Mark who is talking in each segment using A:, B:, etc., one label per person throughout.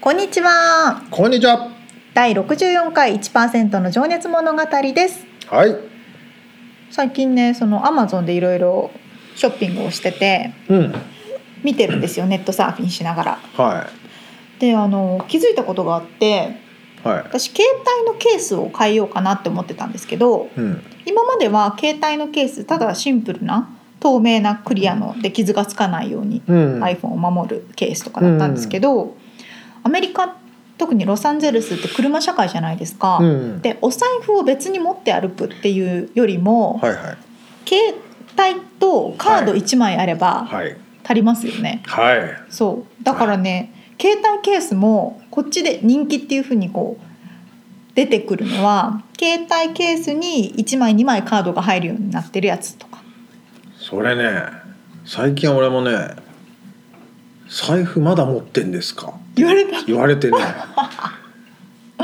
A: こんにちは
B: こんにちは。
A: 第64回1%の情熱物語です
B: はい。
A: 最近ねそのアマゾンでいろいろショッピングをしてて
B: うん。
A: 見てるんですよネットサーフィンしながら
B: は
A: であの気づいたことがあって
B: い。は
A: 私携帯のケースを変えようかなって思ってたんですけど
B: い。うん。
A: 今までは携帯のケースただシンプルな透明なクリアので傷がつかないように
B: うん。。
A: iPhone を守るケースとかだったんですけど、アメリカ特にロサンゼルスって車社会じゃないですか。
B: うん。
A: でお財布を別に持って歩くっていうよりも、
B: はいはい。
A: 携帯とカード
B: はい
A: 1枚あれば
B: はい。
A: 足りますよね。
B: はい。
A: そうだからね携帯ケースもこっちで人気っていうふうにこう出てくるのは携帯ケースに1枚2枚カードが入るようになってるやつとか
B: それね。最近俺もね。財布まだ持ってんですか。
A: 言われた。
B: 言われて ね。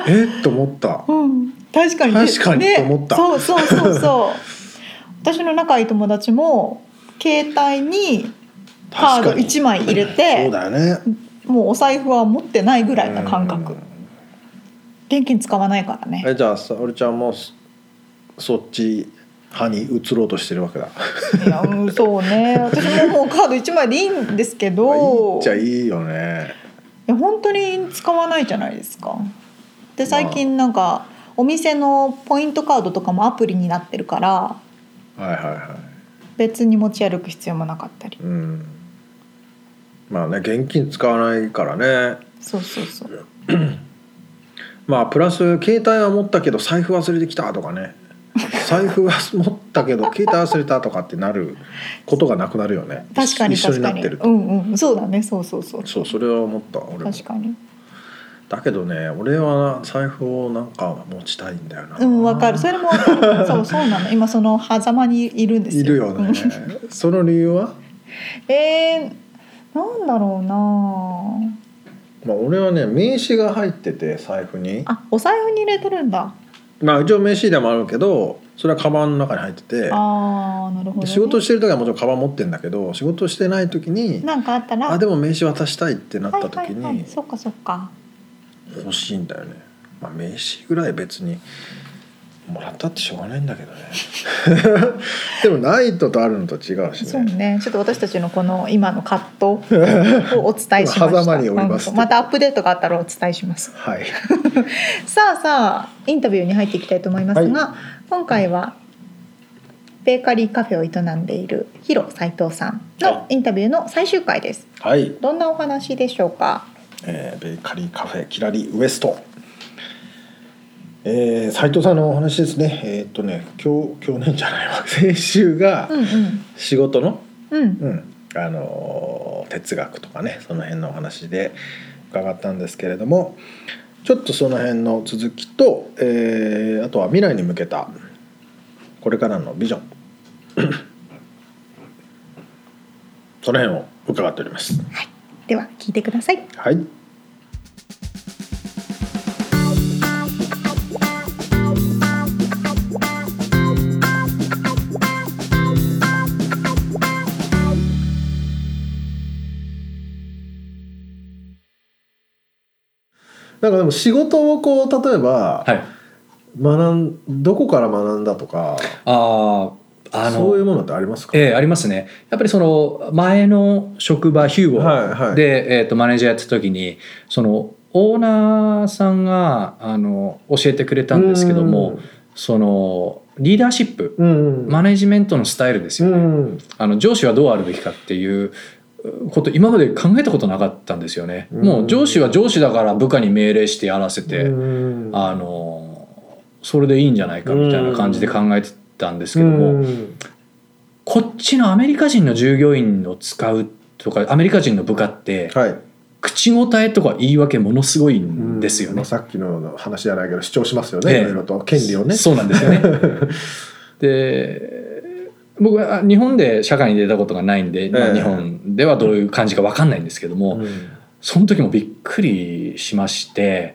B: えっと思った。
A: うん、確かに
B: 確かにと思った
A: そうそうそうそう私の仲いい友達も携帯にカー
B: 確
A: ド
B: かに。
A: 1枚入れ
B: そ
A: て
B: うだよね。
A: もうお財布は持ってないぐらいな感覚
B: うん。
A: 現金使わないからね
B: え、じゃあ、さおるちゃんも。そそっち。派に移ろうとしてるわけだ。
A: いやうんそう ね私ももうカード1枚でいいんですけ
B: まあい
A: ど
B: いっちゃいいよね。
A: いや本当に使わないじゃないですか。で最近なんかお店のポイントカードとかもアプリになってるから
B: はいはいはい。
A: 別に持ち歩く必要もなかったり
B: うんまあね現金使わないからね
A: そうそうそう
B: まあプラス携帯は持ったけど財布忘れてきたとか ね財布は持ったけど携帯忘れたとかってなることがなくなるよね
A: 確かに
B: 一緒
A: 確
B: に
A: か
B: な
A: に
B: ってる
A: う
B: と、
A: んうんそうだねそうそうそう
B: そうそれは思った俺も
A: 確かに
B: だけどね俺は財布をなんか持ちたいんだよな
A: うんわかるそれもわかるそうそうなの今その狭間にいるんですよ
B: いるよね
A: うん
B: その理由は、
A: えー、なんだろうな
B: まあ、俺はね名刺が入ってて財布に
A: あお財布に入れてるんだ
B: まあ一応名刺でもあるけどそれはカバンの中に入ってて
A: あーなるほど、ね、
B: 仕事してる時はもちろんカバン持ってんだけど仕事してない時に
A: なんかあったら
B: あでも名刺渡したいってなった時
A: はいはいは
B: に
A: い、そっかそっか
B: 欲しいんだよね、まあ、名刺ぐらい別にもらったってしょうがないん だけどねでもないととあるのと違うし
A: そう
B: ね
A: ねちょっと私たちのこの今の葛藤 をお伝えしました
B: 狭間におります
A: うんまたアップデートがあったらお伝えします
B: はい
A: さあさあインタビューに入っていきたいと思いますが、今回はベーカリーカフェを営んでいるヒロ斉藤さんの
B: は
A: インタビューの最終回です
B: はい、
A: どんなお話でしょうか
B: えーベーカリーカフェキラリウエストえー、斉藤さんのお話ですねえーっとね今日去年じゃないわ 先週が
A: うんうん
B: 仕事の
A: うん
B: うん、あの哲学とかねその辺のお話で伺ったんですけれどもちょっとその辺の続きと、えーあとは未来に向けたこれからのビジョンその辺を伺っております。
A: では聞いてください
B: はいなんかでも仕事をこう例えば、
C: はい、
B: 学んどこから学んだとか
C: あーあの
B: そういうものってありますか、
C: ええありますねやっぱりその前の職場ヒューゴで、
B: はいはい
C: えー、とマネージャーやってた時にそのオーナーさんがあの教えてくれたんですけどもそのリーダーシップ
B: うん
C: マネジメントのスタイルです
B: う
C: よね、
B: ん
C: あの上司はどうあるべきかっていうこと今まで考えたことなかったんですよね、
B: うん
C: もう上司は上司だから部下に命令してやらせて、
B: うん
C: あのそれでいいんじゃないかみたいな感じで考えてたんですけども、
B: うん
C: こっちのアメリカ人の従業員を使うとかアメリカ人の部下って
B: はい
C: 口答えとか言い訳ものすごいんですよ
B: うんま
C: ね
B: あ、。さっきの話じゃないけど主張しますよね、
C: ええ
B: いろいろと権利をね
C: そうなんです よね。で僕はあ日本で社会に出たことがないんで、まあ
B: ええ
C: 日本ではどういう感じか分かんないんですけども、
B: うん
C: その時もびっくりしまして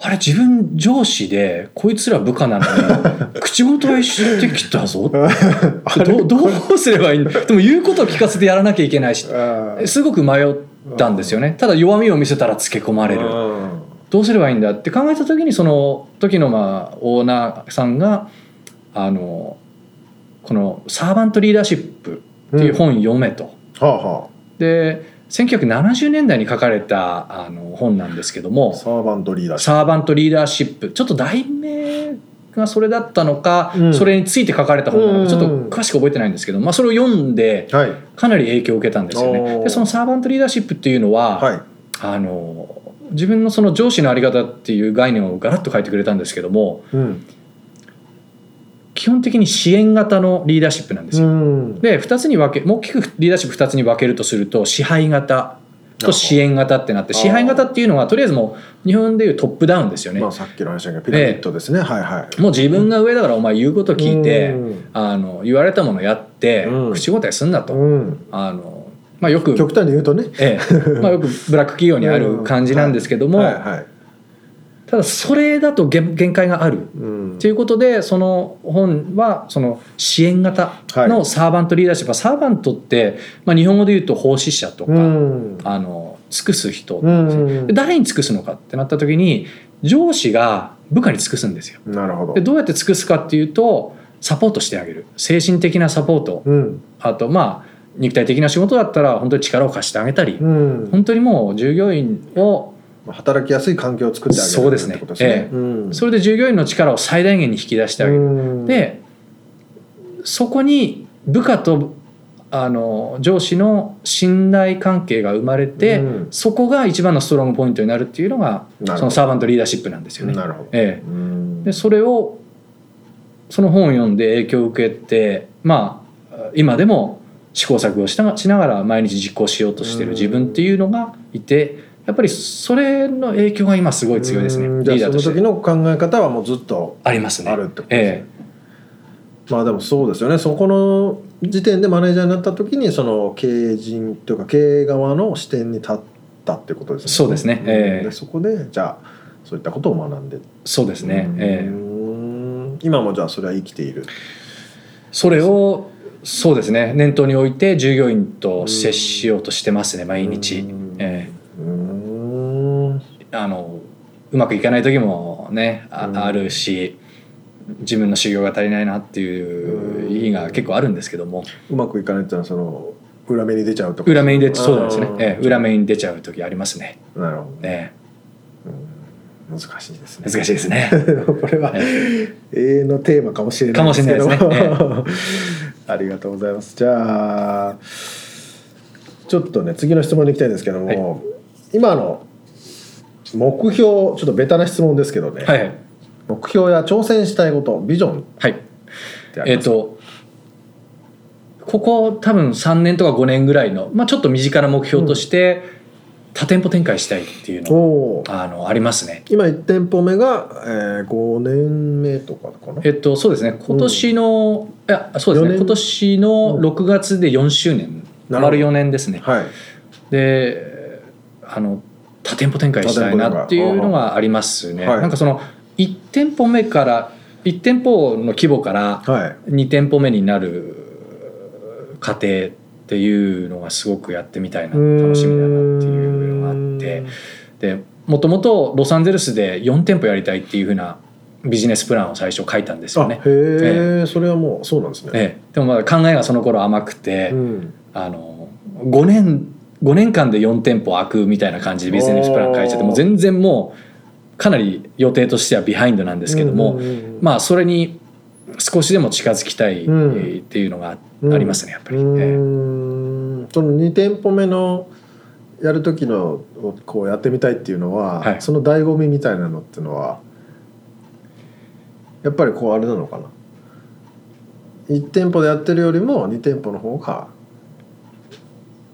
C: あれ自分上司でこいつら部下なの に口答えしてきたぞどうどうすればいいんだでも言うことを聞かせてやらなきゃいけないし
B: ああ
C: すごく迷ったんですよねただ弱みを見せたらつけ込まれる
B: うん
C: どうすればいいんだって考えた時にその時のまあオーナーさんがあのこの「サーバントリーダーシップ」っていう本読めと。
B: はあは
C: で1970年代に書かれたあの本なんですけど
B: あ
C: も
B: サーバントリーダーシッ
C: サーバントリーダーシップちょっと題名がそれだったのか、
B: うん
C: それについて書かれた本なのかちょっと
B: うんうんうん
C: 詳しく覚えてないんですけど、まあ、それを読んで
B: プはい
C: かなり影響を受けたんですよ
B: お
C: ね。
B: ー
C: でそのサーバントリーダーシップっていうのは、
B: はい
C: あの自分のその上司のあり方っていう概念をガラッと変えてくれたんですけども
B: うん
C: 基本的に支援型のリーダーシップなんですよ。
B: うん
C: で2つに分けもう大きくリーダーシップ2つに分けるとすると支配型と支援型ってなって
B: あー
C: 支配型っていうのはとりあえずもう日本でいうトップダウンですよね、
B: まあさっきの話だけどピラミッドですね、はいはい
C: もう自分が上だからお前言うこと聞いて、
B: うん
C: あの言われたものやって、
B: うん
C: 口答えすんなと、
B: うん
C: あのまあよく、
B: 極端に言うとね
C: ええまあ、よくブラック企業にある感じなんですけども、
B: はいはい
C: ただそれだと限限界がある
B: うん
C: ということでその本はその支援型
B: は
C: のサーバントリーダーシップ、サーバントって、まあ、日本語で言うと奉仕者とか、
B: うん
C: あの尽くす人、
B: うん
C: で誰に尽くすのかってなった時に上司が部下に尽くすんですよ。
B: なるほど
C: でどうやって尽くすかっていうとサポートしてあげる精神的なサポート
B: うん
C: あとまあ肉体的な仕事だったら本当に力を貸してあげたり、
B: うん
C: 本当にもう従業員を
B: 働きやすい環境を作ってあげる
C: そうです
B: っ
C: ね
B: てことですね
C: え。それで従業員の力を最大限に引き出してあげる。
B: る、
C: でそこに部下とあの上司の信頼関係が生まれて、
B: うん
C: そこが一番のストロングポイントになるっていうのが
B: なるほど
C: そのサーバントリーダーシップなんですよね。
B: なるほど。
C: え
B: うん
C: え、でそれをその本を読んで影響を受けてまあ今でも試行錯誤しなしながら毎日実行しようとしてる自分っていうのがいてやっぱりそれの影響が今すごい強いですね
B: うん
C: リー
B: じゃあ
C: ダーとし
B: その時
C: て。
B: の考え方はもうずっと
C: ありますね。
B: あるってことです
C: え
B: ね。まあでもそうですよね。そこの時点でマネージャーになった時にその経営陣というか経営側の視点に立ったってことですね。
C: そうですね
B: ん
C: ええ
B: でそこでじゃあそういったことを学んで。
C: えそうですね。
B: うん
C: ええ
B: 今もじゃあそれは生きている。
C: それをそうですね念頭に置いて従業員と接しようとしてますね毎日
B: うん、
C: え
B: うん
C: えあのうまくいかない時もねあ
B: うん
C: あるし自分の修行が足りないなっていう意義が結構あるんですけども
B: うまくいかないっていうのはその裏目に出ちゃうとか。
C: 裏目に出ちそうなんですね
B: あ、ー
C: ええ裏目に出ちゃう時ありますね、
B: なるほどね。
C: え
B: 難しいです
C: え
B: ね。
C: 難しいですね
B: これは永遠のテーマかもしれないですけど
C: かもしれない
B: ありがとうございます。じゃあちょっとね次の質問に行きたいんですけども、今の目標ちょっとベタな質問ですけどね、
C: はいはい
B: 目標や挑戦したいことビジョンっ
C: はい
B: てあり
C: えっ、
B: ますか、
C: とここ多分3年とか5年ぐらいの、まあ、ちょっと身近な目標として、多店舗展開したいっていうのが
B: おー
C: あのありますね。
B: 今1店舗目が、え5年目とかかな
C: えっとそうですね今年の、いやそうで
B: 四
C: すね
B: 年
C: 今年の
B: うん
C: 6月で4周年、
B: なるほど
C: 丸4年ですね。
B: はい
C: であの多店舗展開したいなっていうのがありますね。
B: 多店舗展開はい
C: なんかその1店舗目から1店舗の規模から
B: はい
C: 2店舗目になる過程っていうのがすごくやってみたいな楽しみだなっていうのがあって。でもともとロサンゼルスで4店舗やりたいっていうふうなビジネスプランを最初書いたんですよね
B: あ。へえそれはもうそうなんですね、
C: ええ、でもまだ考えがその頃甘くて、
B: うん
C: あの5年5年間で4店舗開くみたいな感じでビジネスプラン書いちゃって
B: おー
C: もう全然もうかなり予定としてはビハインドなんですけども、
D: うんうんうん
C: まあそれに少しでも近づきたいえ
D: うん
C: ーっていうのがあ
D: うん
C: ありますねやっぱり、え
D: う
C: ー
D: ーん
B: その2店舗目のやる時のをこうやってみたいっていうのは、
C: はい
B: その醍醐味みたいなのっていうのはやっぱりこうあれなのかな1店舗でやってるよりも2店舗の方が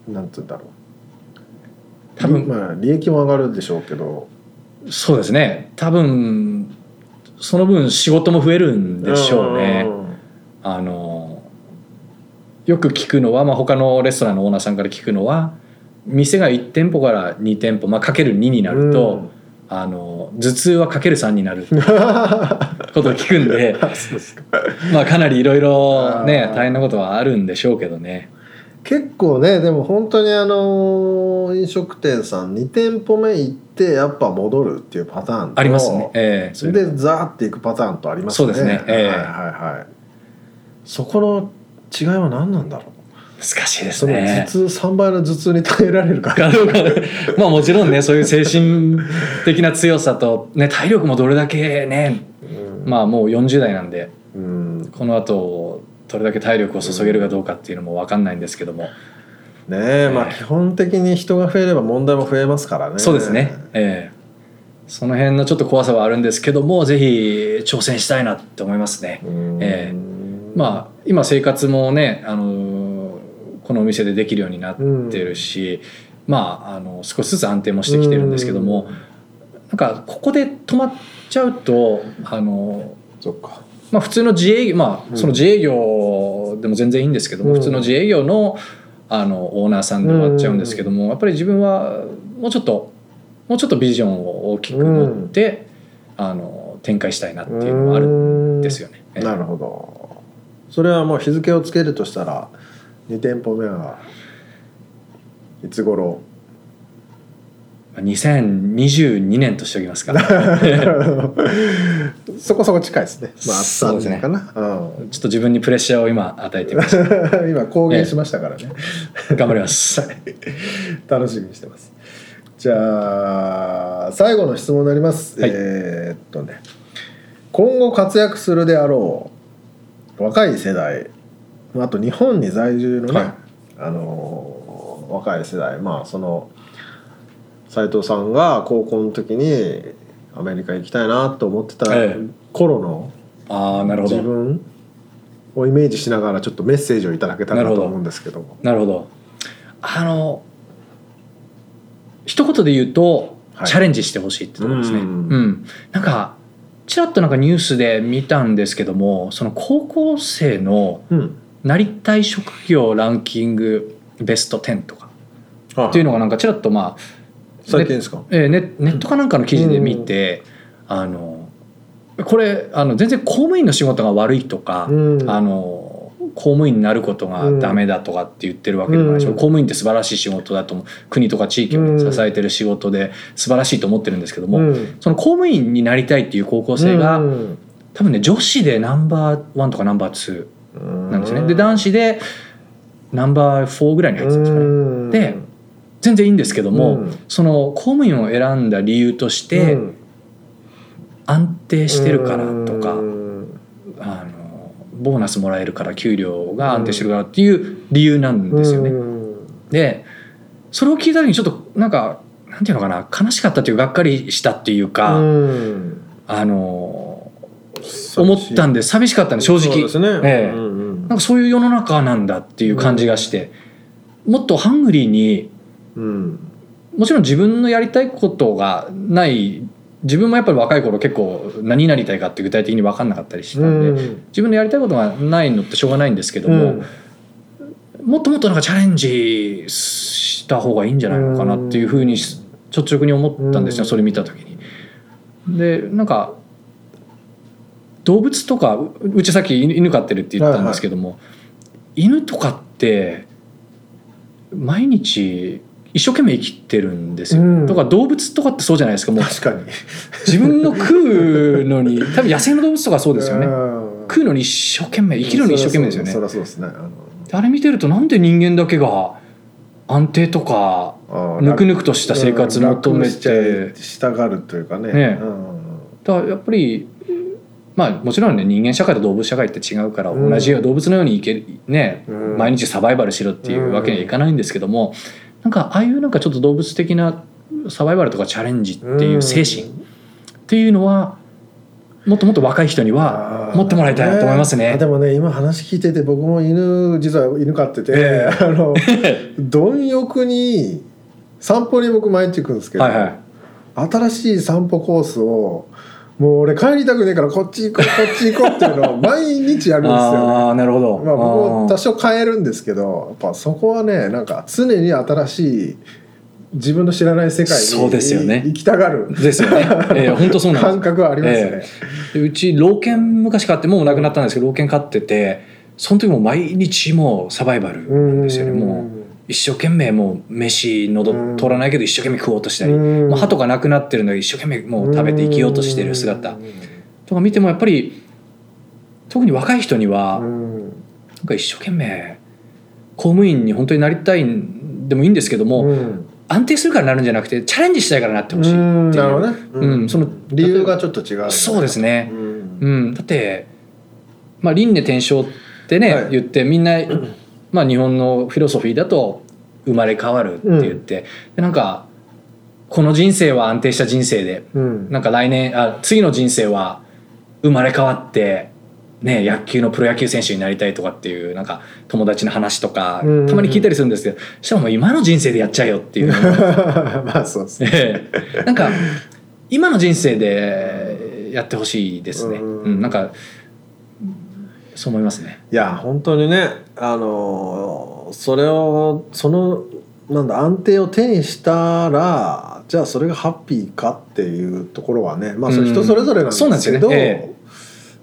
B: なんて言うんだろう
C: 多分
B: りまあ、利益も上がるでしょうけど
C: そうですね多分その分仕事も増えるんでしょうね。あのよく聞くのは、まあ、他のレストランのオーナーさんから聞くのは店が1店舗から2店舗、まあ、かける2になると、
B: うん
C: あの頭痛はかける3になる
B: うんあ
C: ことを聞く んで
B: そうですか
C: まあかなりいろいろね
B: あー
C: 大変なことはあるんでしょうけどね。
B: 結構ねでも本当にあの飲食店さん2店舗目行ってやっぱ戻るっていうパターンと
C: ありますね。ええ
B: それ
C: そういう
B: で
C: の
B: ザーっていくパターンとありますね
C: そうですねえ
B: はい
C: え
B: はいはいそこの違いは何なんだろ
C: 難しいうです
B: その頭
C: ね。
B: 痛3倍の頭痛に耐えられるか
C: かどうか まあもちろんねそういう精神的な強さと、ね、体力もどれだけね
B: うん
C: まあもう40代なんで
B: うんね
C: この後どれだけ体力を注げるかどうかっていうのも分かんないんですけども、
B: えまあ
C: ええ
B: 基本的に人が増えれば問題も増えますからね
C: そうですね、ええその辺のちょっと怖さはあるんですけどもぜひ挑戦したいなって思いますね。
B: うん
C: ええまあ今生活もね、あのーこのお店でできるようになってるし、まあ、あの少しずつ安定もしてきてるんですけども、なんかここで止まっちゃうと、あの
B: そっか
C: ーまあ、普通の自営業ま
B: うん
C: あその自営業でも全然いいんですけども、
D: うん
C: 普通の自営業のあのオーナーさんで終わっちゃうんですけども、やっぱり自分はもうちょっともうちょっとビジョンを大きく持って、あの展開したいなっていうのもあるんですよね。
B: なるほどそれはもう日付をつけるとしたら2店舗目はいつ 頃
C: 2022年としておきますかちょ
B: そこそこ近いですねまあ
C: そう
B: 3
C: ですね
B: 年かな
C: っと自分にプレッシャーを今与えてみ まし
B: うん今公言しましたからね、
C: た頑張ります
B: 楽しみにしてますじゃあ最後の質問になります、
C: はい
B: えーっとね今後活躍するであろう若い世代あと日本に在住のね、
C: はい
B: あのー若い世代まあその斉藤さんが高校の時にアメリカ行きたいなと思ってた
C: ええ
B: 頃の
C: ああなるほ
B: 自
C: ど
B: 分をイメージしながらちょっとメッセージをいただけたら
C: な
B: な
C: るほ
B: と
C: ど
B: 思うんですけども
C: なるほどあの一言で言うと、
B: はい
C: チャレンジしてほしいってところですね
B: う
C: うんん、なんかちらっとなんかニュースで見たんですけどもその高校生の
B: うん
C: なりたい職業ランキングベスト10とか
B: っ
C: っていうのがなんかちらっとまあ
B: 最近ですか
C: えーネネットかなんかの記事で見て、あのこれあの全然公務員の仕事が悪いとか、
D: うん
C: あの公務員になることがダメだとかって言ってるわけでもないし、
D: うん
C: 公務員って素晴らしい仕事だと思う国とか地域をね支えてる仕事で素晴らしいと思ってるんですけども、
D: うん
C: その公務員になりたいっていう高校生が、
D: うん
C: 多分ね女子でナンバーワンとかナンバーツーな
B: なん
C: ですね。で男子でナンバーフォーぐらいに入ってたんですかね。
D: うん
C: で全然いいんですけども、
B: うん
C: その公務員を選んだ理由として、
D: うん
C: 安定してるからとか、
D: うん
C: あのボーナスもらえるから給料が安定してるからっていう理由なんですよね。
D: うん
C: でそれを聞いた時にちょっとなんかなんていうのかな悲しかったというかがっかりしたっていうか、
D: うん
C: あの思ったんで寂しかったんで正
B: そう
C: 直、
B: ですね、
C: ええ
B: うんうん
C: なんかそういう世の中なんだっていう感じがして、もっとハングリーに
B: うん
C: もちろん自分のやりたいことがない自分もやっぱり若い頃結構何になりたいかって具体的に分かんなかったりしてたんで、自分のやりたいことがないのってしょうがないんですけど
D: う
C: も
D: ん、
C: もっともっとなんかチャレンジした方がいいんじゃないのかなっていうふうにし率直に思ったんですよ、
D: うん
C: それ見た時に。でなんか動物とかううちさっき犬犬飼ってるって言ったんですけども、犬とかって毎日一生懸命生きてるんですよ、
D: うん
C: とか動物とかってそうじゃないですかもう
B: 確かに
C: 自分の食うのに多分野生の動物とかそうですよね
B: うん
C: 食うのに一生懸命生きるのに一生懸命ですよね
B: そりゃそうですねあの
C: あれ見てるとなんで人間だけが安定とか
B: あ
C: ぬくぬくとした生活求めて
B: したがるというかね
C: ね
B: うん
C: だからやっぱりまあもちろんね人間社会と動物社会って違うから
B: うん
C: 同じように動物のようにいけね
B: うん
C: 毎日サバイバルしろっていうわけにはいかないんですけどもなんかああいうなんかちょっと動物的なサバイバルとかチャレンジっていう精神っていうのはもっともっと若い人には持ってもらいたいなと思います
B: あ
C: ね
B: で。もね今話聞いてて僕も犬実は犬飼ってて、
C: え
B: あ の貪欲に散歩に僕毎日行くんですけど、
C: はいはい
B: 新しい散歩コースをもう俺帰りたくねえからこっち行こうこっち行こうっていうのを毎日やるんですよね。
C: ああなるほど。
B: まあ、僕も
C: あ
B: 多
C: ー
B: 少変えるんですけどやっぱそこはねなんか常に新しい自分の知らない世界に
C: そうですよね
B: 行きたがる
C: ですよね。ええ本当そうなんです
B: 感。覚はありますね。
C: でうち老犬昔飼ってもう亡くなったんですけど老犬飼っててその時も毎日もうサバイバル
B: うん
C: ですよねも一生懸命もう飯
B: う
C: 喉
B: ん
C: 通らないけど一生懸命食おうとしたり、
B: うん
C: まあ、歯とかなくなってるのに一生懸命もう食べて生きようとしてる姿とか見てもやっぱり特に若い人には
B: うん
C: なんか一生懸命公務員に本当になりたいんでもいいんですけども、
B: うん
C: 安定するからなるんじゃなくてチャレンジしたいからなってほしいっていう
B: うんなるほどね、
C: うんその
B: 理由がちょっと違う
C: そうですね。
B: うん
C: うん、だって、まあ、輪廻転生ってね、
B: はい
C: 言ってみんな、まあ、日本のフィロソフィーだと生まれ変わるって言って、でなんかこの人生は安定した人生で
B: うん
C: なんか来年あ次の人生は生まれ変わって、ね、野球のプロ野球選手になりたいとかっていうなんか友達の話とか
B: うんうんうん
C: たまに聞いたりするんですけどしかもう今の人生でやっちゃえよっていう
B: まあそうですね。
C: ええなんか今の人生でやってほしいですね。
B: うん
C: うん、なんかそう思いますね。
B: いや本当にねあのそれをそのなんだ安定を手にしたらじゃあそれがハッピーかっていうところはねまあそれ人それぞれなんです
C: うんそうなんです
B: け
C: よ
B: ど、
C: ねえ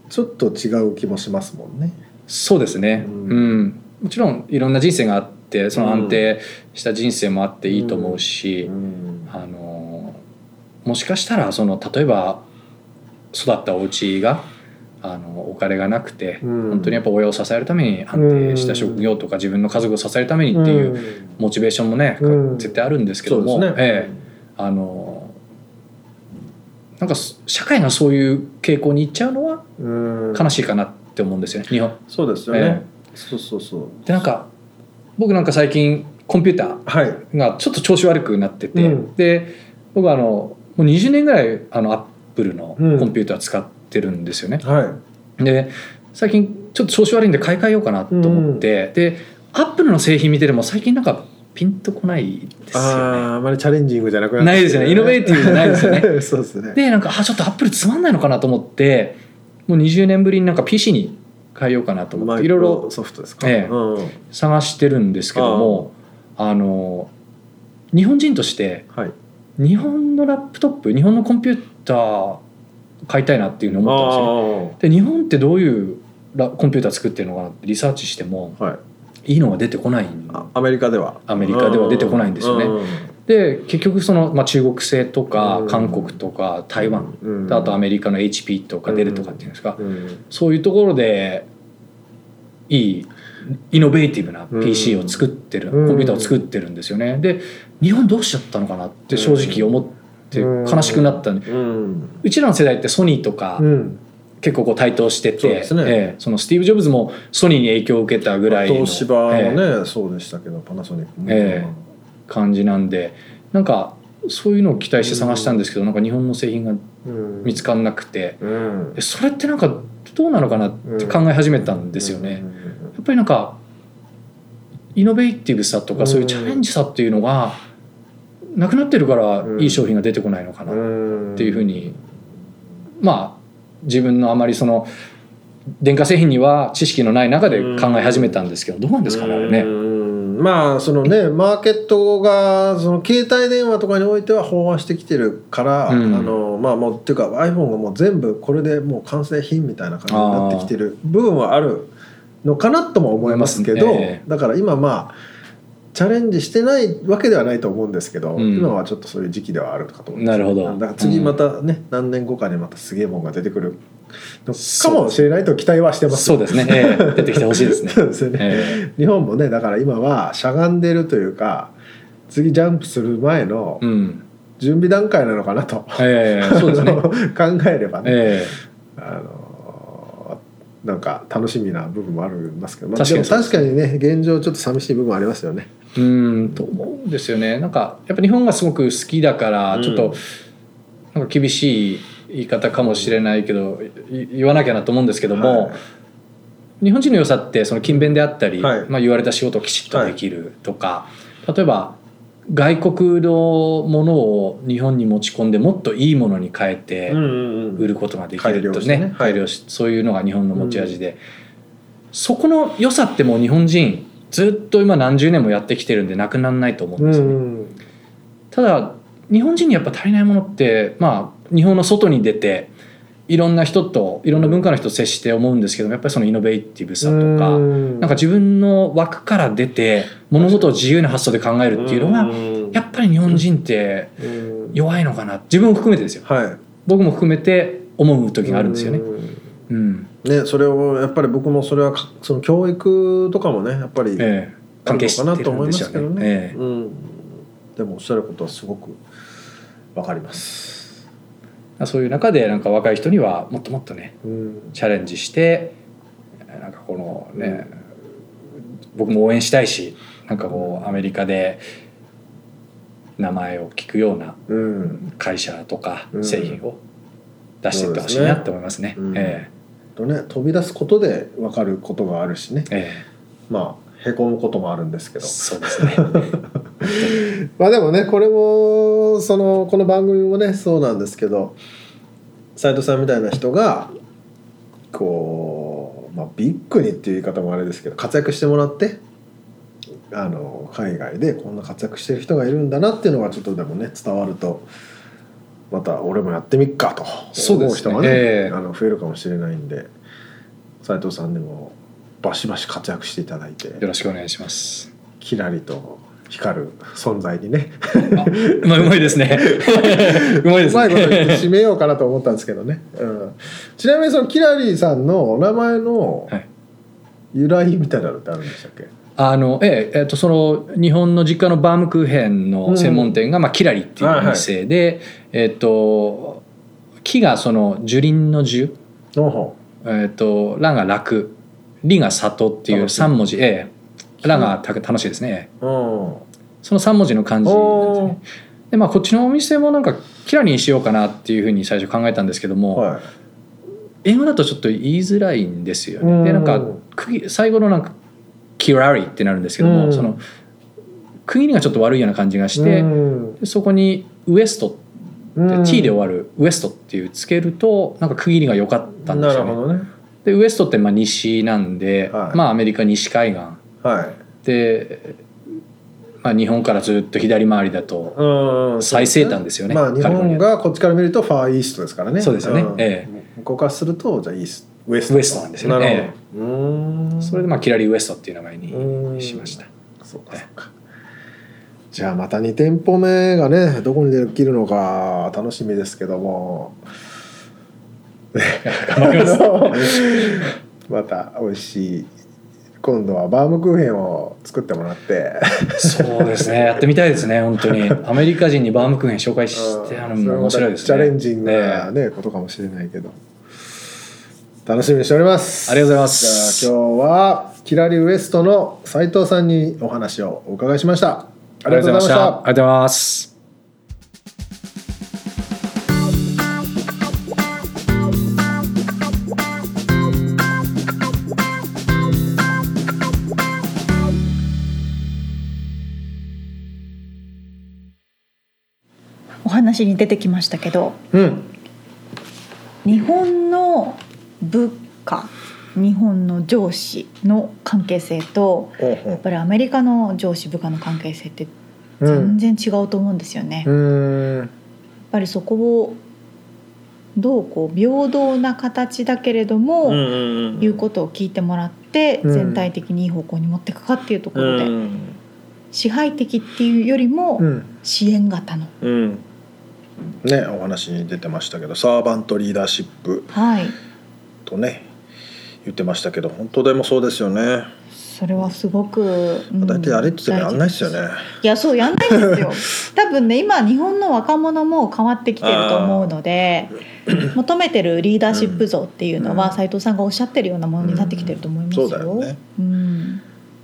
B: ちょっと違う気もしますもんね。
C: そうですね。
B: う
C: うんん、もちろんいろんな人生があって、その安定した人生もあっていいと思うし、
B: うん
C: あのもしかしたらその例えば育ったお家があのお金がなくて、
B: うん
C: 本当にやっぱ親を支えるために安定した職業とか自分の家族を支えるためにっていう。
B: ん
C: モチベーションもね、
B: うん
C: 絶対あるんですけど
B: そうで
C: も、
B: すね。
C: ええあのなんかそ社会がそういう傾向にいっちゃうのは
B: うん
C: 悲しいかなって思うんですよね日本。
B: そうですよね。
C: え
B: そうそうそう。
C: でなんか僕なんか最近コンピュータ
B: はい。う
C: ーがちょっと調子悪くなってて、
B: うん
C: で僕はあのもう20年ぐらいあのアップルの
B: うん
C: コンピューター使ってるんですよね。
B: は
C: で最近ちょっと調子悪いんで買い替えようかなと思って、でアップルの製品見てても最近なんかピンとこない
B: い。
C: ですよね。
B: ああ、あまりチャレンジングじゃなくな。
C: ないですよねイノベーティブじゃないですよね。
B: そうですね。
C: でなんかあちょっとアップルつまんないのかなと思ってもう20年ぶりになんか PC に変えようかなと思っていろいろ
B: ソフトですか。
C: ええ
B: うん
C: 探してるんですけどもあの日本人として
B: はい。
C: 日本のラップトップ日本のコンピューター買いたいなっていうのを思ったんですよ。で日本ってどういうラコンピューター作ってるのかなってリサーチしても
B: ああはい。
C: いいのが出てこないん
B: あアメリカでは。
C: アメリカでは出てこないんですよね
B: うん。
C: で結局その、まあ、中国製とか
B: うん
C: 韓国とか台湾
B: うん。
C: であとア
B: メ
C: メリカの HP とかデルとかっていうんですか
B: リカ。うん。
C: そういうところでいいイノベーティブな
B: うん
C: PC を作ってる、
B: うん
C: コンピューターを作ってるんですよね。で日本どうしちゃったのかなって正直思って
B: うん
C: 悲しくなったんで
B: うん。
C: うちらの世代ってソニーとか
B: うん。
C: 結構こう台頭し
B: そ
C: て
B: う
C: て、
B: ですね
C: ええそのスティーブ・ジョブズもソニーに影響を受けたぐらいの
B: 東芝も
C: ええ
B: ね、そうでしたけど、パナソニックも。
C: え感じなんでなんかそういうのを期待して探したんですけどなんか日本の製品が
B: うん
C: 見つかんなくて
B: うん
C: え。それってなんかどうなのかなって考え始めたんですよね。やっぱりなんかイノベーティブさと
B: う
C: か
B: ん
C: そういうチャレンジさっていうのがなくなってるから
B: うん
C: いい商品が出てこないのかな、
B: ん。
C: っていうふうにまあ自分のあまりその電化製品には知識のない中で考え始めたんですけどどうなんですかねあれ
B: う
C: ね。
B: んまあそのねマーケットがその携帯電話とかにおいては飽和してきてるから、
C: うん
B: あのまあもうっていうか iPhone がもう全部これでもう完成品みたいな感じになってきてる部分はあるのかなとも思いますけど、
C: 思いますね
B: だから今まあチャレンジしてないわけではないと思うんですけど、
C: うん
B: 今はちょっとそういう時期ではあるかと思います
C: なるほど
B: だから次またね、何年後かにまたすげえもんが出てくるのかもしれないと期待はしてます
C: そう ですね、ええ出てきてほしいですね。
B: そうですよね
C: ええ
B: 日本もねだから今はしゃがんでるというか次ジャンプする前の
C: うん
B: 準備段階なのかなと、
C: ええそうですね
B: あの 考えればね、
C: え
B: あのなんか楽しみな部分もありますけど、まあ、
C: 確かに
B: でも確かにね現状ちょっと寂しい部分もありますよね。
C: えうんと思うんですよねなんかやっぱ日本がすごく好きだから
B: うん
C: ちょっとなんか厳しい言い方かもしれないけどい言わなきゃなと思うんですけど
B: は
C: も、
B: い
C: 日本人の良さってその勤勉であったり、
B: はい
C: まあ、言われた仕事をきちっとできるとか、例えば外国のものを日本に持ち込んでもっといいものに変えて
B: うん
C: 売ることができると
B: 改良して
C: ね,、
B: ねはい
C: 改良しそういうのが日本の持ち味で、そこの良さってもう日本人ずっと今何十年もやってきてるんでなくならないと思うん
B: う
C: ですね、
B: んうん
C: ただ日本人にやっぱ足りないものってまあ日本の外に出ていろんな人といろんな文化の人と接して思うんですけどもやっぱりそのイノベーティブさとか、なんか自分の枠から出て物事を自由な発想で考えるっていうのが
B: ん
C: やっぱり日本人って
B: うん
C: 弱いのかな自分を含めてですよ
B: は
C: 僕も含めて思う
B: い
C: 時があるんですよね。
B: うん
C: うん
B: ね、それをやっぱり僕もそれはかその教育とかもねやっぱり
C: ええ関係してるんでしょ
B: あるの
C: う
B: かなと思いますけどね
C: ね。ええ
B: うん、でもおっしゃることはすごくわかります。
C: そういう中でなんか若い人にはもっともっとね
B: うん、
C: チャレンジしてなんかこのね、僕も応援したいしなんかこうアメリカで名前を聞くような
B: うん、
C: 会社とか
B: うん
C: 製品を出していってほしいなって思いますね。
B: そうですね
C: え
B: とね飛び出すことでわかることがあるしね、
C: ええ
B: まあへこむこともあるんですけ
C: え
B: ど、
C: そうですね。
B: まあでもねこれもそのこの番組もねそうなんですけど、斉藤さんみたいな人がこうまあビッグにっていう言い方もあれですけど活躍してもらって。あの海外でこんな活躍してる人がいるんだなっていうのがちょっとでもね伝わるとまた俺もやってみっかと
C: そう
B: 思
C: で
B: う
C: すね
B: 人がね
C: ええ
B: あの増えるかもしれないんで斉藤さんでもバシバシ活躍していただいて
C: よろしくお願いします。
B: キラリと光る存在にね
C: あまあうまいですね。 うまいで
B: うまいこと
C: す
B: 言って
C: ね。
B: 締めようかなと思ったんですけどね、うん、ちなみにそのキラリーさんのお名前の
C: はい
B: 由来みたいなのってあるんでしたっけ、
C: あのえええっとその日本の実家のバームクーヘンの専門店が、まあキラリっていうお店で、えっと木がその樹林の樹、
B: おほ
C: えっとラが楽、リが里っていう
B: 楽しい
C: 三文字、ええ、ラがた楽しいですね。
B: うん
C: その三文字の漢字なんです
B: お
C: ね。でまあこっちのお店もなんかキラリにしようかなっていうふうに最初考えたんですけど
B: ー
C: も、
B: はい
C: 英語だとちょっと言いづらいんですよ
B: うん
C: ね。でなんか区切最後のなんか「キラリ」ってなるんですけど
B: う
C: も
B: ん
C: その区切りがちょっと悪いような感じがして
B: うん
C: でそこに「ウエスト」って
B: うん
C: T で終わる「ウエスト」っていうつけるとなんか区切りが良かったんで
B: な
C: す
B: る
C: よ
B: ほ
C: ね。
B: どね
C: でウエストってまあ西なんで、
B: はい
C: まあアメリカ西海岸
B: はい
C: で、まあ、日本からずっと左回りだと
B: うん
C: 最西端ですよね
B: まあ日
C: カリフォルニ
B: 本
C: ア
B: がこっちから見るとファーイーストですからね
C: そうですよね
B: ん
C: え
B: 向こうからするとじゃあイースウエスト
C: ウエストなんですよね
B: なるほど、うん
C: それでまあキラリウエストっていう名前
B: うん
C: にしました。
B: そうかそうか。じゃあまた2店舗目がねどこにできるのか楽しみですけども
C: 頑張ります
B: また美味しい今度はバームクーヘンを作ってもらって
C: そうですね、やってみたいですね、本 当に。アメリカ人にバームクーヘン紹介してあるのも面白いですね。
B: それもまたチャレンジングな、
C: ね
B: ねことかもしれないけど楽しみにしております
C: ありがとうございます
B: じゃあ今日はキラリウエストの斉藤さんにお話をお伺いしましたあ
C: あ
B: り
C: り
B: が
C: が
B: と
C: と
B: う
C: う
B: ご
C: ご
B: ざい
C: ざいま
B: ま
C: し。
B: した
C: あ
B: た
C: りがとうございます。
A: お話に出てきましたけど
B: うん
A: 日本の物価日本の上司の関係性と
B: ほう
A: やっぱりアメリカの上司部下の関係性って全然違うと思うんですよね。
B: う
A: やっ
B: ん
A: ぱりそこをどうこう平等な形だけれども、
B: い
A: いうことを聞いてもらって、
B: うん
A: 全体的にいい方向に持っていくかっていうとこ
B: う
A: ろで、
B: ん
A: 支配的っていうよりも
B: うん
A: 支援型の、
B: うんねお話に出てましたけどサーバントリーダーシップ
A: はい
B: とね言ってましたけど本当でもそうですよね。
A: それはすごく、うん
B: 大体あれって言ってもやんないっすよね。
A: いやそうやんないんです よ多分ね今日本の若者も変わってきてると思うの で求めてるリーダーシップ像っていうの
B: う
A: は
B: ん
A: 斎、藤さんがおっしゃってるようなものになってきてると思いますよ、
B: うんそうだよね
A: うん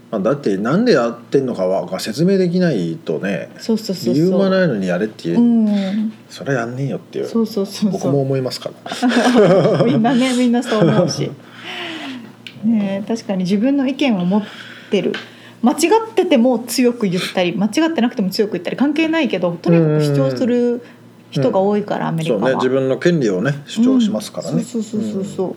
B: まあ、だってなんでやってんのかはが説明できないとね
A: そうそうそう
B: 理由
A: そ
B: が
A: う
B: ないのにやれっていう、
A: うん、
B: それはやんねえよっていう
A: そうそうそう
B: 僕 も思いますから
A: そうみんなねみんなそう思うし、ねえ、確かに自分の意見を持ってる間違ってても強く言ったり間違ってなくても強く言ったり関係ないけどとにかく主張する人が多いから、アメリカ
B: そう
A: は
B: ね自分の権利をね主張しますからね、
A: うんそうそうそうそうそう、
B: うん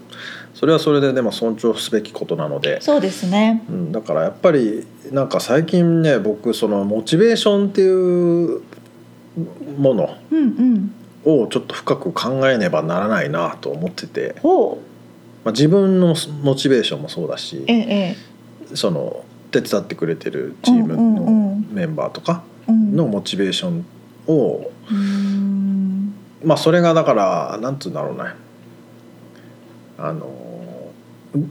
B: それはそれででも尊重すべきことなので、
A: そうですね
B: うん、だからやっぱりなんか最近ね僕そのモチベーションっていうもの
A: うんうん
B: をちょっと深く考えねばならないなと思ってて、
A: ほう
B: まあ、自分のモチベーションもそうだし
A: ええ
B: その手伝ってくれてるチーム
A: うんう
B: の
A: ん
B: メンバーとか
A: うん
B: のモチベーションを、
A: うーん
B: まあそれがだからなんつうんだろうねあの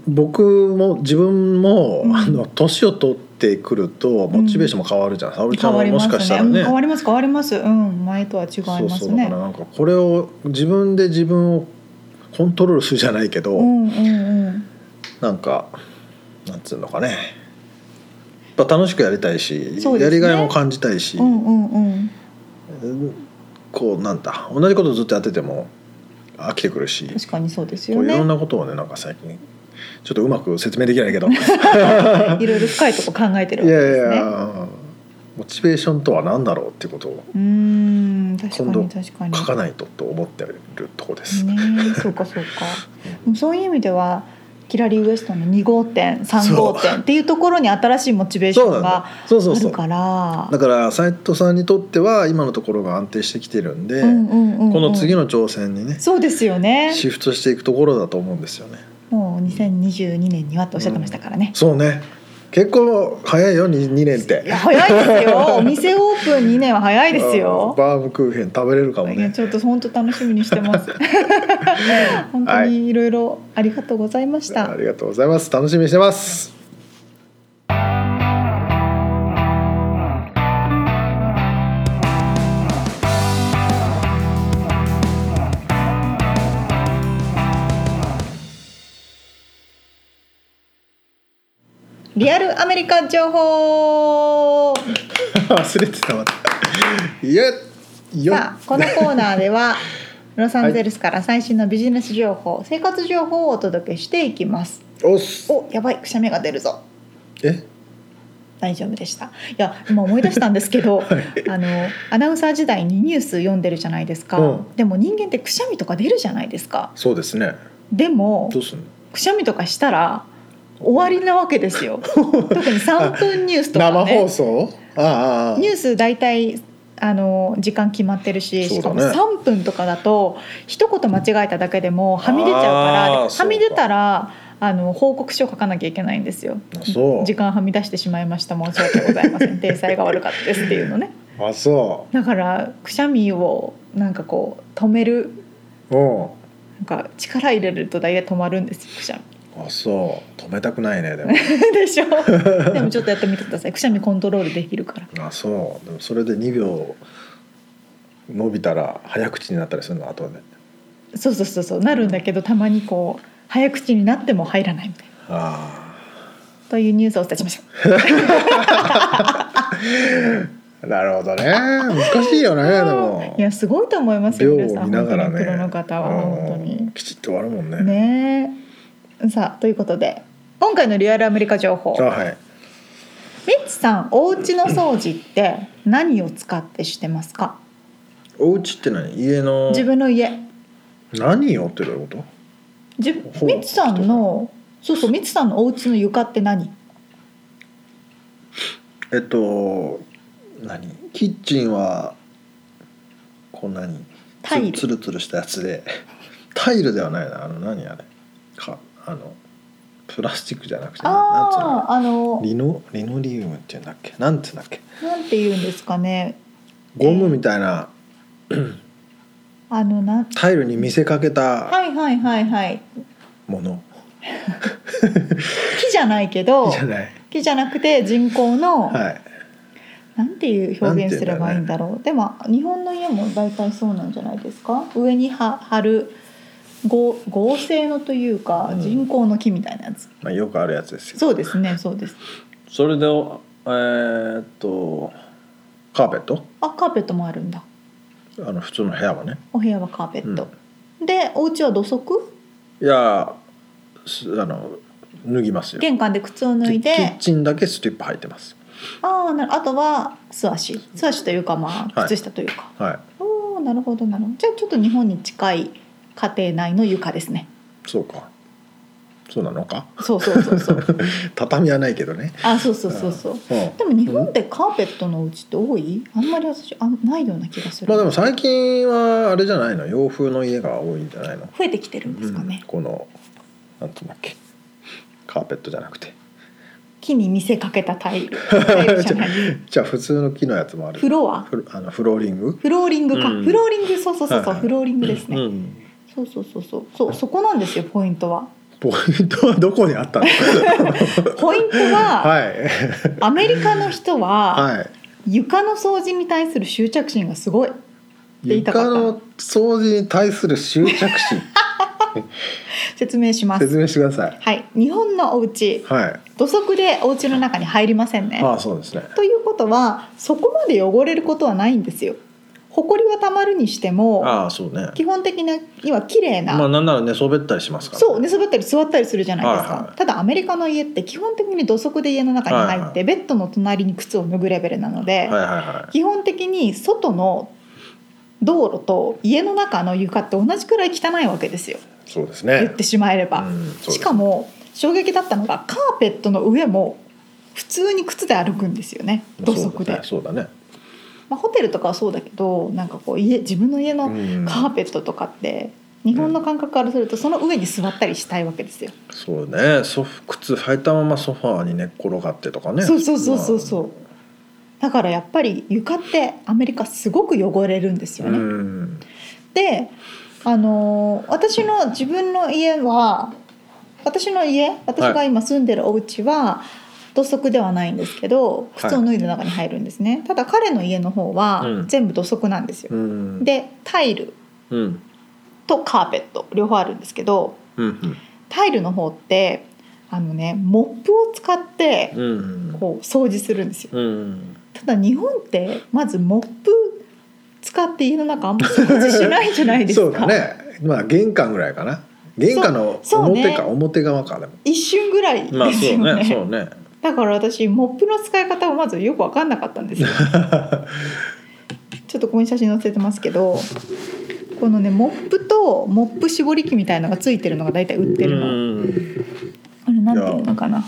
B: 僕も自分も、
A: うん
B: あの年を取ってくるとモチベーションも変わるじゃん、沙織ちゃん
A: 変わ
B: も
A: り
B: も
A: ま
B: し
A: す
B: か
A: ね
B: したら
A: うん
B: ね。
A: 変わります変わりますうん前とは違い
B: そ
A: ま
B: うそ
A: す
B: うだか
A: ね
B: らなんかこれを自分で自分をコントロールするじゃないけど、
A: うんうんうん
B: なんかなんつうのかねやっぱ楽しくやりたいし、
A: そうで
B: や
A: す
B: り
A: ね
B: がいも感じたいし、
A: うんうんうん
B: こうなんだ同じことずっとやってても飽きてくるし、
A: 確かにそうです
B: こ
A: よ
B: うい
A: ね
B: ろんなことをねなんか最近ちょっとうまく説明できな いけどい
A: いろいろ深いとこ考えてる
B: や
A: わ
B: い
A: けで
B: や
A: す
B: い
A: ね
B: やモチベーションとは何だろうっていうことを
A: うーん確か
B: 今度
A: に確かに
B: 書かないとと思ってるとこです。
A: ねそうかそうかでもそういう意味ではキラリー・ウエストの2号店3号
B: そ
A: 店っていうところに新しいモチベーシ
B: そう
A: ョ
B: な
A: ン
B: ん
A: が
B: だそうそう
A: あ
B: そう
A: るから
B: だから斉藤さんにとっては今のところが安定してきてるんで、
A: うんうんうんうん
B: この次の挑戦にね
A: そうですよね
B: シフトしていくところだと思うんですよね。
A: もう2022年にはっておっしゃってましたからね、
B: そうね結構早いよ 2, 二年っ
A: い
B: て
A: や早いですよお店オープン2年は早いです
B: うん
A: よ
B: バームクーヘン食べれるかも
A: いや
B: ね
A: ちょっと本当楽しみにして ます本当にいろいろありがとうございました、
B: ありがとうございます楽しみにしてます
A: リアルアメリカ情報
B: 忘れてたまたいやよ
A: さあこのコーナーで はロサンゼルスから最新のビジネス情報、生活情報をお届けしていきます
B: おっす
A: おやばいくしゃみが出るぞ
B: え
A: 大丈夫でしたいや今思い出したんですけ ど、あのアナウンサー時代にニュース読んでるじゃないですか、
B: うん
A: でも人間ってくしゃみとか出るじゃないですか
B: そうですね
A: でも
B: どうすんの
A: くしゃみとかしたら終わりなわけです よ特に3分ニュースとか、ね、
B: 生放送ああああ
A: ニュース大体あの時間決まってるし、
B: そう
A: し
B: だ
A: か
B: ね
A: も3分とかだと一言間違えただけでもはみ出ちゃうから
B: あー
A: ではみ出たらあの報告書を書かなきゃいけないんですよ
B: あそう
A: 時間はみ出してしまいました申し訳ございませ ん体裁が悪かったですっていうのね
B: あそ
A: だからくしゃみをなんかこう止める
B: ううん
A: なんか力入れると大体止まるんですよくしゃみ
B: あそう止めたくないねでも
A: でしょでもちょっとやってみてくださいくしゃみコントロールできるから
B: あそうでもそれで2秒伸びたら早口になったりするの後で
A: そうそうそうそうなるんだけどたまにこう早口になっても入らないみたいな
B: あ
A: というニュースをお伝えしましょう。
B: あなるほどね難しいよね でも
A: いやすごいと思います
B: 量
A: よ
B: を
A: 皆さん
B: 見ながら
A: 本当に
B: ね
A: プロの方は
B: うん
A: 本
B: きちっと終わるもんね
A: 当にねえさあということで今回のリアルアメリカ情報
B: あはい
A: ミッチさんお家の掃除って何を使ってしてますか
B: お家って何家の
A: 自分の家
B: 何をってどういうこ
A: じゅ
B: ほう
A: ミッチさんのそうそうミッチさんのお家の床って何
B: とえっと何キッチンはこう何
A: タイル
B: つつるつるしたやつで タイルではないなあの何あれかあのプラスチックじゃなくてななんつう
A: ああ
B: の
A: あの
B: リノリノリウムっていうんだっけなんつうんだっけ
A: なんて言うんですかね
B: ゴムみたいな
A: あのな
B: タイルに見せかけた
A: はいはいはいはい
B: もの
A: 木じゃないけど
B: じゃない
A: 木じゃなくて人工の、
B: はい
A: なんていう表現すればいいんだろうでも日本の家も大体そうなんじゃないですか上には貼る合合成のというか
B: うん
A: 人工の木みたいなやつ、
B: まあ、よくあるやつですよ
A: そうですねそうです
B: それでえーっとカーペット
A: あカーペットもあるんだ
B: あの普通の部屋はね
A: お部屋はカーペット、でお家は土足
B: いやすあの脱ぎますよ
A: 玄関で靴を脱い
B: キッ
A: で
B: チンだけストリップ履いてます
A: ああなるあとは素足素足というかまあ
B: はい
A: 靴下というか、
B: はい
A: おおなるほどなるほどじゃあちょっと日本に近い家庭内の床ですね
B: そうかそうなのか
A: そうそうそう そう
B: 畳はないけどね
A: あそうそうそうそう
B: うん
A: でも日本でカーペットのうちって多いあんまり私あないような気がする、
B: まあでも最近はあれじゃないの洋風の家が多いんじゃないの
A: 増えてきてるんですかね
B: うん、このなんていうんだっけカーペットじゃなくて
A: 木に見せかけたタ イルタイルじゃない
B: じゃあ普通の木のやつもある
A: フロア
B: フロあのフローリング
A: フローリングか、
B: うん
A: フローリングそうそうそうそう、
B: はいはい
A: フローリングですね、
B: うん
A: そうそうそうそうそうそこなんですよポイントは
B: ポイントはどこにあ ったの
A: ポイントは、
B: はい
A: アメリカの人は、
B: はい
A: 床の掃除に対する執着心がすごい言いたか
B: 床
A: った
B: の掃除に対する執着 心
A: 説明します
B: 説明してください
A: はい日本のお家
B: はい
A: 土足でお家の中に入りませんね
B: ああそうですね
A: ということはそこまで汚れることはないんですよ。ほこりはたまるにしても
B: ああそうね
A: 基本的なには綺麗な、
B: まあなんなら寝そべったりしますからね、
A: そう寝そべったり座ったりするじゃないですか、
B: はいはい
A: ただアメリカの家って基本的に土足で家の中に入って、
B: はいはい
A: ベッドの隣に靴を脱ぐレベルなので、
B: はいはいはい
A: 基本的に外の道路と家の中の床って同じくらい汚いわけですよ
B: そうです
A: 言っ
B: ね
A: てしまえれば。
B: うんそうです
A: しかも衝撃だったのがカーペットの上も普通に靴で歩くんですよね土足で。
B: そうだね
A: まあ、ホテルとかはそうだけどなんかこう家自分の家
B: そうだ
A: の
B: ねうん
A: カーペットとかって日本の感覚からするとその上に座ったりしたいわけですよ。
B: そうねソフ靴履いたままソファーに寝っ転がってとかね
A: そうそうそうそうそう。だからやっぱり床ってアメリカすごく汚れるんですよ
B: まあ
A: ね。
B: うん
A: で、あのー私の自分の家は私の家私が今住んでるお家は土足ではないんですけど靴を脱いで中に入るんですね。ただ彼の家の方
B: う
A: は
B: ん
A: 全部土足なんですよ。
B: うん
A: でタイル
B: うん
A: とカーペット両方あるんですけど
B: うん
A: タイルの方ってあのねモップを使って
B: うんうん
A: こう掃除するんですよ
B: うん
A: ただ日本ってまずモップ使って家の中あんま掃除しないじゃないです
B: そ
A: か
B: うだねまあ玄関ぐらいかな玄関の
A: そうそうね
B: 表か表側かでも
A: 一瞬ぐらいですよ
B: まあそう
A: ね,、
B: ねそう ね
A: だから私モップの使い方をまずよく分かんなかったんですよちょっとここに写真載せてますけどこのねモップとモップ絞り器みたいのがついてるのが大体売って
B: う
A: るの
B: ん
A: あれなんていうのかな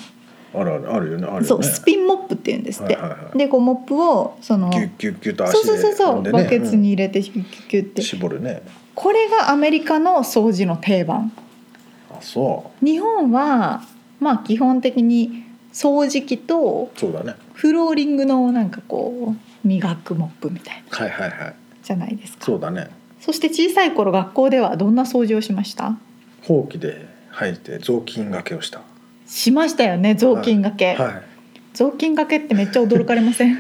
B: あるあるあるよねあるよね
A: そうスピンモップって言うんですって、
B: はいはいはい
A: でこうモップをその
B: ギュッギュッギュッと
A: そう
B: 足
A: そうそう
B: で
A: そ
B: 踏
A: うん
B: で
A: バ
B: ね
A: ケツに入れてキュッキュッキュッっ
B: う
A: て
B: ん絞るね
A: これがアメリカの掃除の定番
B: あそ
A: 日本はまあ基本的に掃除機と
B: うそうだね
A: フローリングのなんかこう磨くモップみたいな
B: はいはいはい
A: じゃないですか
B: そうだね
A: そして小さい頃学校ではどんな掃除をしました
B: ほうきで履いて雑巾掛けをした
A: しましたよね雑巾がけ、
B: はい
A: 雑巾がけってめっちゃ驚かれません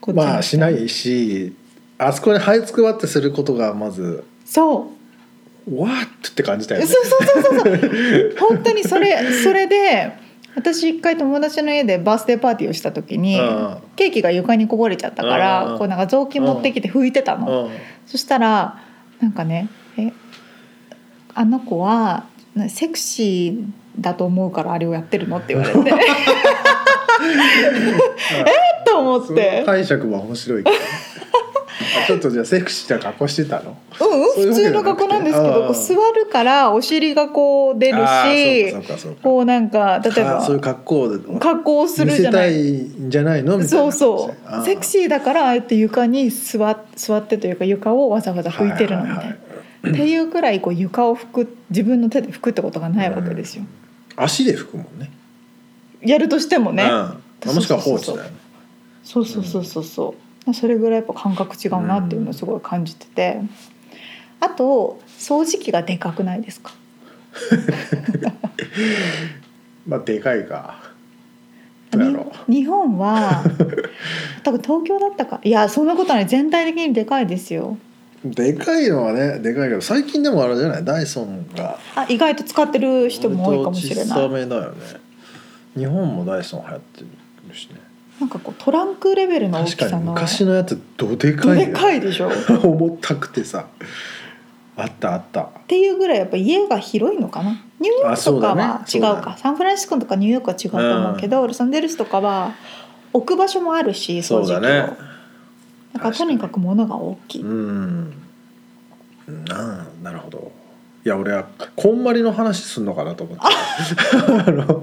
A: こっちの人
B: まあしないしあそこに這いつくばってすることがまず
A: そう
B: 「わっ!」って感じだよね
A: そうそうそうそう そう本当にそれそれで私一回友達の家でバースデーパーティーをした時に
B: うん
A: ケーキが床にこぼれちゃったか
B: う
A: ら
B: ん
A: こうなんか雑巾持ってきて拭いてたの
B: うん
A: そしたらなんかね「えあの子はなセクシーだと思うからあれをやってるの?」って言われ てえっと思
B: そ
A: っ
B: の
A: て
B: 解釈は面白いけどあちょっとじゃあセクシーな格好してたの
A: うん
B: そう
A: う
B: い
A: ん普
B: うわけじ
A: 通
B: ゃな
A: の
B: くて
A: 格好なんですけ
B: あ
A: ど
B: ー
A: こう座るからお尻がこう出る
B: あー
A: し
B: そうかそうかそうか
A: こうなんか例え
B: あー
A: ば
B: そういう格好を
A: 格好をす
B: 見
A: るじ
B: せ
A: ゃ
B: た
A: ないい。
B: んじゃないのみたい
A: そ
B: な
A: うそ
B: あ
A: う
B: ー
A: セクシーだからああやって床に座っ座ってというか床をわざわざ拭いてるのみたいな、
B: はいはい
A: っていうくらいこう床を拭く自分の手で拭くってことがないわけですよ、
B: 足で拭くもんね
A: やるとしてもね、
B: うんまあもしくは放置だよね
A: そうそうそうそうそうそれぐらいやっぱ感覚違うなっていうのをすごい感じてて、あと掃除機がでかくないですか
B: まあでかいかどうやろ
A: 日本 は多分東京だったかいやそんなことない全体的にでかいですよ
B: うでかいのはねでかいけど最近でもあれじゃないダイソンが
A: あ意外と使ってる人も多いかもしれな
B: 割と小
A: い
B: さめだよね日本もダイソン流行ってるしね
A: なんかこうトランクレベルの大き
B: 確か
A: さ
B: に
A: の
B: 昔のやつどでかい
A: で
B: よ
A: かいでしょっ
B: 重たくてさあったあった
A: ていうぐらいやっぱ家が広いのかなニューヨー
B: あ
A: ク
B: そ
A: と
B: う
A: か
B: だね
A: は違
B: そううだね
A: かサンフランシスコとかニューヨークは違うと思うけど、ロサンゼルスとかは置く場所もあるし掃除
B: そう
A: 機
B: だ
A: を
B: ね
A: だからとにかく物が大きい、
B: うんなあなるほどいや俺はこんまりの話すんのかなと思ってたあの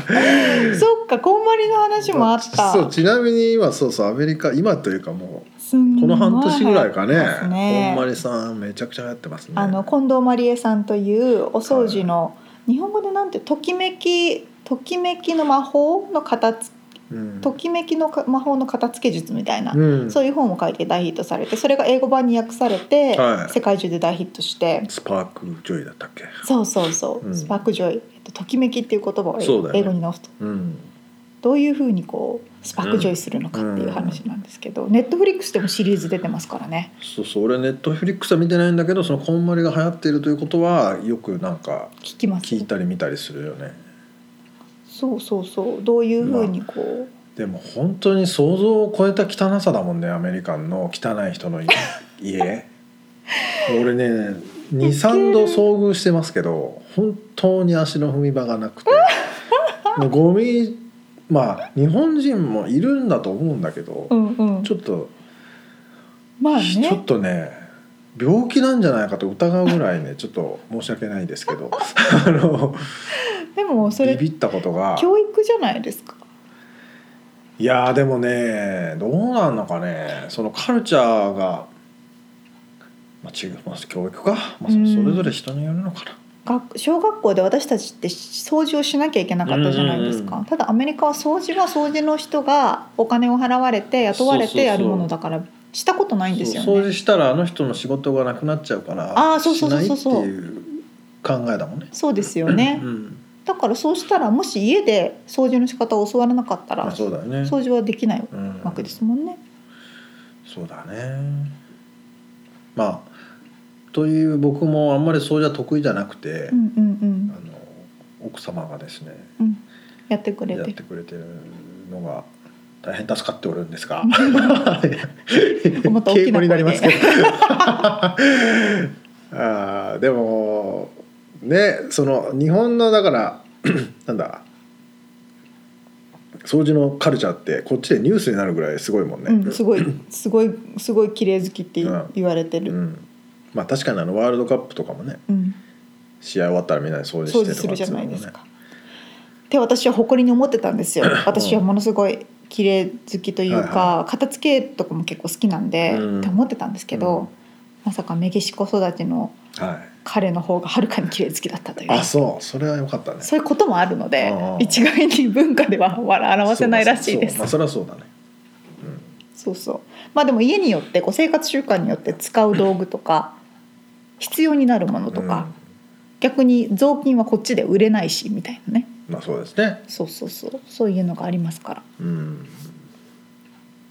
A: そっかこんまりの話もあった
B: そうちなみに今そうそうアメリカ今というかも
A: すん
B: う
A: ごい
B: この半年ぐらいかね
A: 流行ってますね
B: こんまりさんめちゃくちゃ流行ってますね
A: あの近藤マリエさんというお掃除の、日本語でなんてときめきときめきの魔法の片つ
B: うん
A: ときめきのか魔法の片付け術みたいな、
B: うん
A: そういう本を書いて大ヒットされてそれが英語版に訳されて、
B: はい
A: 世界中で大ヒットして
B: スパークジョイだったっけ
A: そうそうそう、
B: うん
A: スパークジョイ、えっと、ときめきっていう言葉を
B: そうだよね
A: 英語に直すと、
B: うん
A: どういうふうにこうスパークジョイするのかっていう話なんですけど、ネットフリックスでもシリーズ出てますからね
B: そうそう俺ネットフリックスは見てないんだけどそのこんまりが流行っているということはよくなんか
A: 聞きます
B: 聞いたり見たりするよね
A: そうそうそうどういうふうにこう、
B: でも本当に想像を超えた汚さだもんねアメリカンの汚い人 の家家俺ね23度遭遇してますけど本当に足の踏み場がな くてもうゴミまあ日本人もいるんだと思うんだけど、
A: うんうん
B: ちょっと、
A: まあ
B: ちょ
A: ね
B: っとね病気なんじゃないかと疑うぐらいねちょっと申し訳ないですけ どあの
A: でもそ
B: ビ
A: れ
B: ビったことが
A: 教育じゃないですか
B: いやーでもねどうなんのかねそのカルチャーが、まあ、違う、まあ、教育か、まあ、そ
A: うん
B: それぞれ人によるのかな。
A: 学小学校で私たちって掃除をしなきゃいけなかったじゃないですか、
B: うんうんうん
A: ただアメリカは掃除は掃除の人がお金を払われて雇われ
B: そうそうそ
A: て
B: う
A: やるものだからしたことないんですよ
B: そう掃
A: ね
B: 除したらあの人の仕事がなくなっちゃうから
A: あーそうそうそうそうそう
B: しないっていう考えだもんね。
A: そうですよね
B: うん
A: だからそうしたらもし家で掃除の仕方を教わらなかった
B: まあ、
A: ら
B: そうだよね。
A: 掃除はできない
B: うん
A: わけですもんね
B: そうだねまあという僕もあんまり掃除は得意じゃなくて、
A: うんうんう
B: あ
A: ん
B: の奥様がですね
A: うんやってくれ
B: やっててくれてるのが大変助かっておるんです が
A: もっと大きな声で
B: 敬語になります けどあーでもねその日本のだから なんだ掃除のカルチャーってこっちでニュースになるぐらいすごいもんね。
A: うん、すごいすごいすごい綺麗好きって
B: うん
A: 言われてる、
B: うんまあ確かにあのワールドカップとかもね
A: うん、
B: 試合終わったらみんなで掃除して
A: 掃除
B: と
A: す
B: か
A: る
B: っ
A: じ
B: て
A: ゃ
B: うの
A: な
B: も
A: い
B: ね
A: ですか。って私は誇りに思ってたんですよ。私はものすごい綺麗好きというか、
B: は
A: 片付けとかも結構好きなんで、
B: うん
A: って思ってたんですけど、
B: うん
A: まさかメキシコ育ちの
B: はい
A: 彼の方がはるかに綺麗好きだったという。
B: あそうそれは良かったね
A: そういうこともあるので
B: うんうん
A: 一概に文化では笑表せないらしいです
B: そうまあそれはそうだね
A: そうそうまあでも家によってこう生活習慣によって使う道具とか必要になるものとか、逆に雑巾はこっちで売れないしみたいなね
B: うんまあそうですね
A: そうそうそうそういうのがありますから
B: うん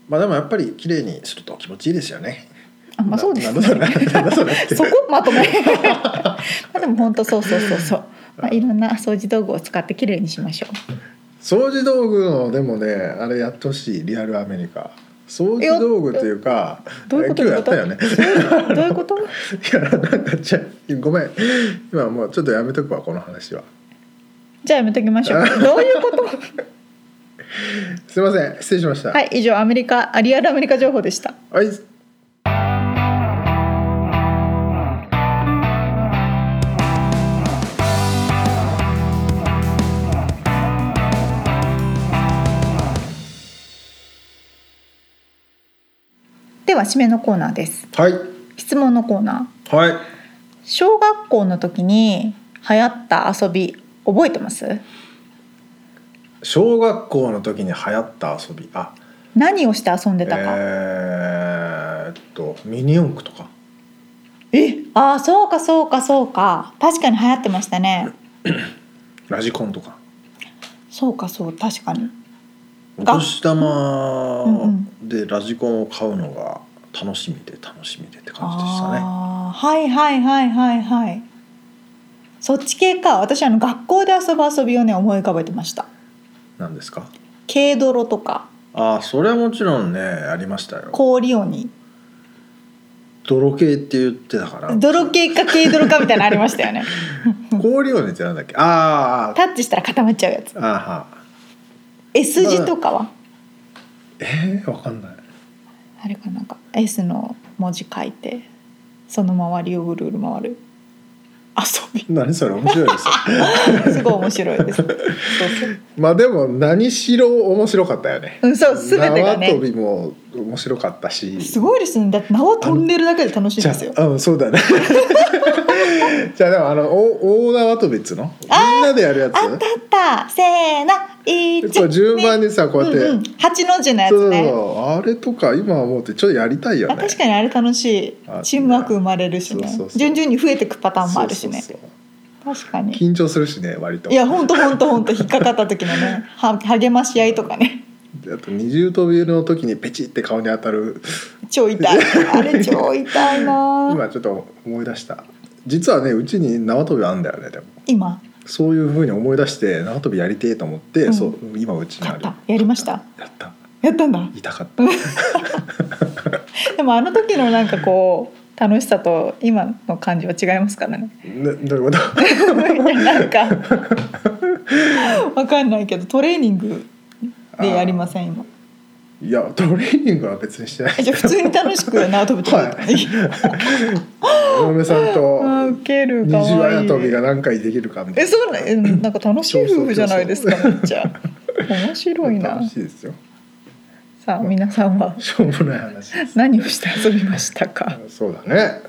B: まあでもやっぱり綺麗にすると気持ちいいですよね
A: あまあそうです
B: ななんだ
A: ね
B: それなんだそれ って
A: そこまとめ まあでも本当そうそうそうそう、まあ、いろんな掃除道具を使って綺麗にしましょ
B: 掃除道具のでもねあれやってほしいリアルアメリカ掃除道具というか
A: どういうこと
B: 今日やったよね
A: うどういうこと
B: いやなんかじゃごめん今もうちょっとやめとくわこの話は
A: じゃあやめときまし ょうどういうこと
B: すいません失礼しました
A: はい以上アメリカあリアルアメリカ情報でした
B: はい。
A: では締めのコーナーです
B: はい。
A: 質問のコーナー
B: はい。
A: 小学校の時に流行った遊び覚えてます
B: 小学校の時に流行った遊び。あ、
A: 何をして遊んで
B: え
A: たか、
B: ー、っとミニ四駆とか。
A: えああそうかそうかそうか確かに流行ってましたね
B: ラジコンとか。
A: そうかそう確かに
B: お年
A: うんう
B: 玉
A: ん
B: でラジコンを買うのが楽しみで楽しみでって感じでしたね。
A: あーはいはいはいはいはいそっち系か私あの学校で遊ぶ遊びをね思い浮かべてました
B: 何ですか
A: 軽泥とか
B: ああそれはもちろんねありましたよ。
A: 氷鬼
B: 泥系って言ってたから
A: 泥系か軽泥かみたいなのありましたよ ね
B: 氷をねってなんだっけあー
A: タッチしたら固まっちゃうやつ
B: あーは
A: S 字とかは
B: えー、わかんない。
A: あれかなんか S の文字書いてその周りをぐるぐる回る遊
B: 何それ面白いですよ。
A: びすごい面白いですそうそう
B: まあでも何しろ面白かったよね。
A: うんそう全てが
B: 縄跳
A: ね
B: びも面白かったし。
A: すごいですねだって縄飛んでるだけで楽しいん
B: じゃ
A: ですよ
B: あ、うん、そうだね。 じゃあでもあのお大縄跳びっつうのみんなでやるやつ
A: あったあったせーの一
B: こう順番
A: に
B: にさこうやって、
A: うんうん、八の字のやつ
B: そうそう
A: ね
B: そうあれとか今思うとちょっとやりたいよ
A: あ
B: ね
A: 確かにあれ楽し
B: あ
A: いチームワーク生まれるしね
B: そうそうそう
A: 順々に増えてくパターンもあるしね
B: そうそう
A: 確か
B: そう
A: に
B: 緊張するしね割と
A: いやほんとほんとほんと引っかかった時の ねは励まし合いとかね
B: であと二重跳びの時にペチって顔に当たる
A: 超痛いあれ超痛いな
B: 今ちょっと思い出した実はねうちに縄跳びあんだよねでも
A: 今
B: そういうふうに思い出して縄跳びやりてえと思って、
A: うん
B: そう今うちにあ
A: 勝っ
B: る
A: たやりました
B: やった
A: やったんだ
B: 痛かった
A: でもあの時のなんかこう楽しさと今の感じは違いますからね
B: などういうこと
A: いやなんかわかんないけどトレーニングでやりません今
B: いやトレーニングは別にし てない
A: えじゃあ普通に楽しく縄跳びと か、はい、
B: お嫁さんと
A: あウケる
B: 二
A: かわいい
B: 重あやとびが何回できるかみたい
A: え
B: な
A: そうなえなんか楽しい夫婦じゃないですかめっちゃ面白いな
B: 楽しいですよ
A: さあ皆さんは
B: しょうもない話です
A: 何をして遊びましたか
B: そうだね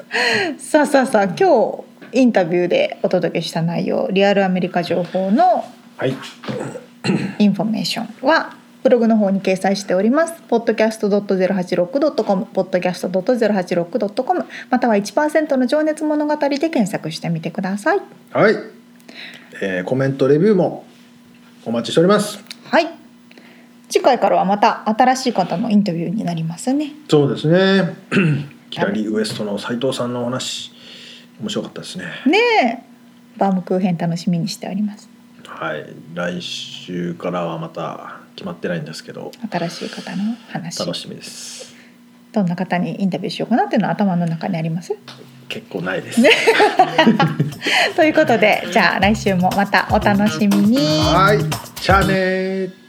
A: さあさあさあ今日インタビューでお届けした内容リアルアメリカ情報の
B: はい
A: インフォメーションはブログの方に掲載しております podcast.086.com podcast.086.com または1%の情熱物語で検索してみてください
B: はい、えー、コメントレビューもお待ちしております
A: はい次回からはまた新しい方のインタビューになりますね
B: そうですね キラリウエストの斉藤さんのお話面白かったですね
A: ねえバームクーヘン楽しみにしております
B: はい来週からはまた決まってないんですけど
A: 新しい方の話
B: 楽しみです
A: どんな方にインタビューしようかなっていうのは頭の中にあります
B: 結構ないです、
A: ということでじゃあ来週もまたお楽しみに
B: はいじゃあねー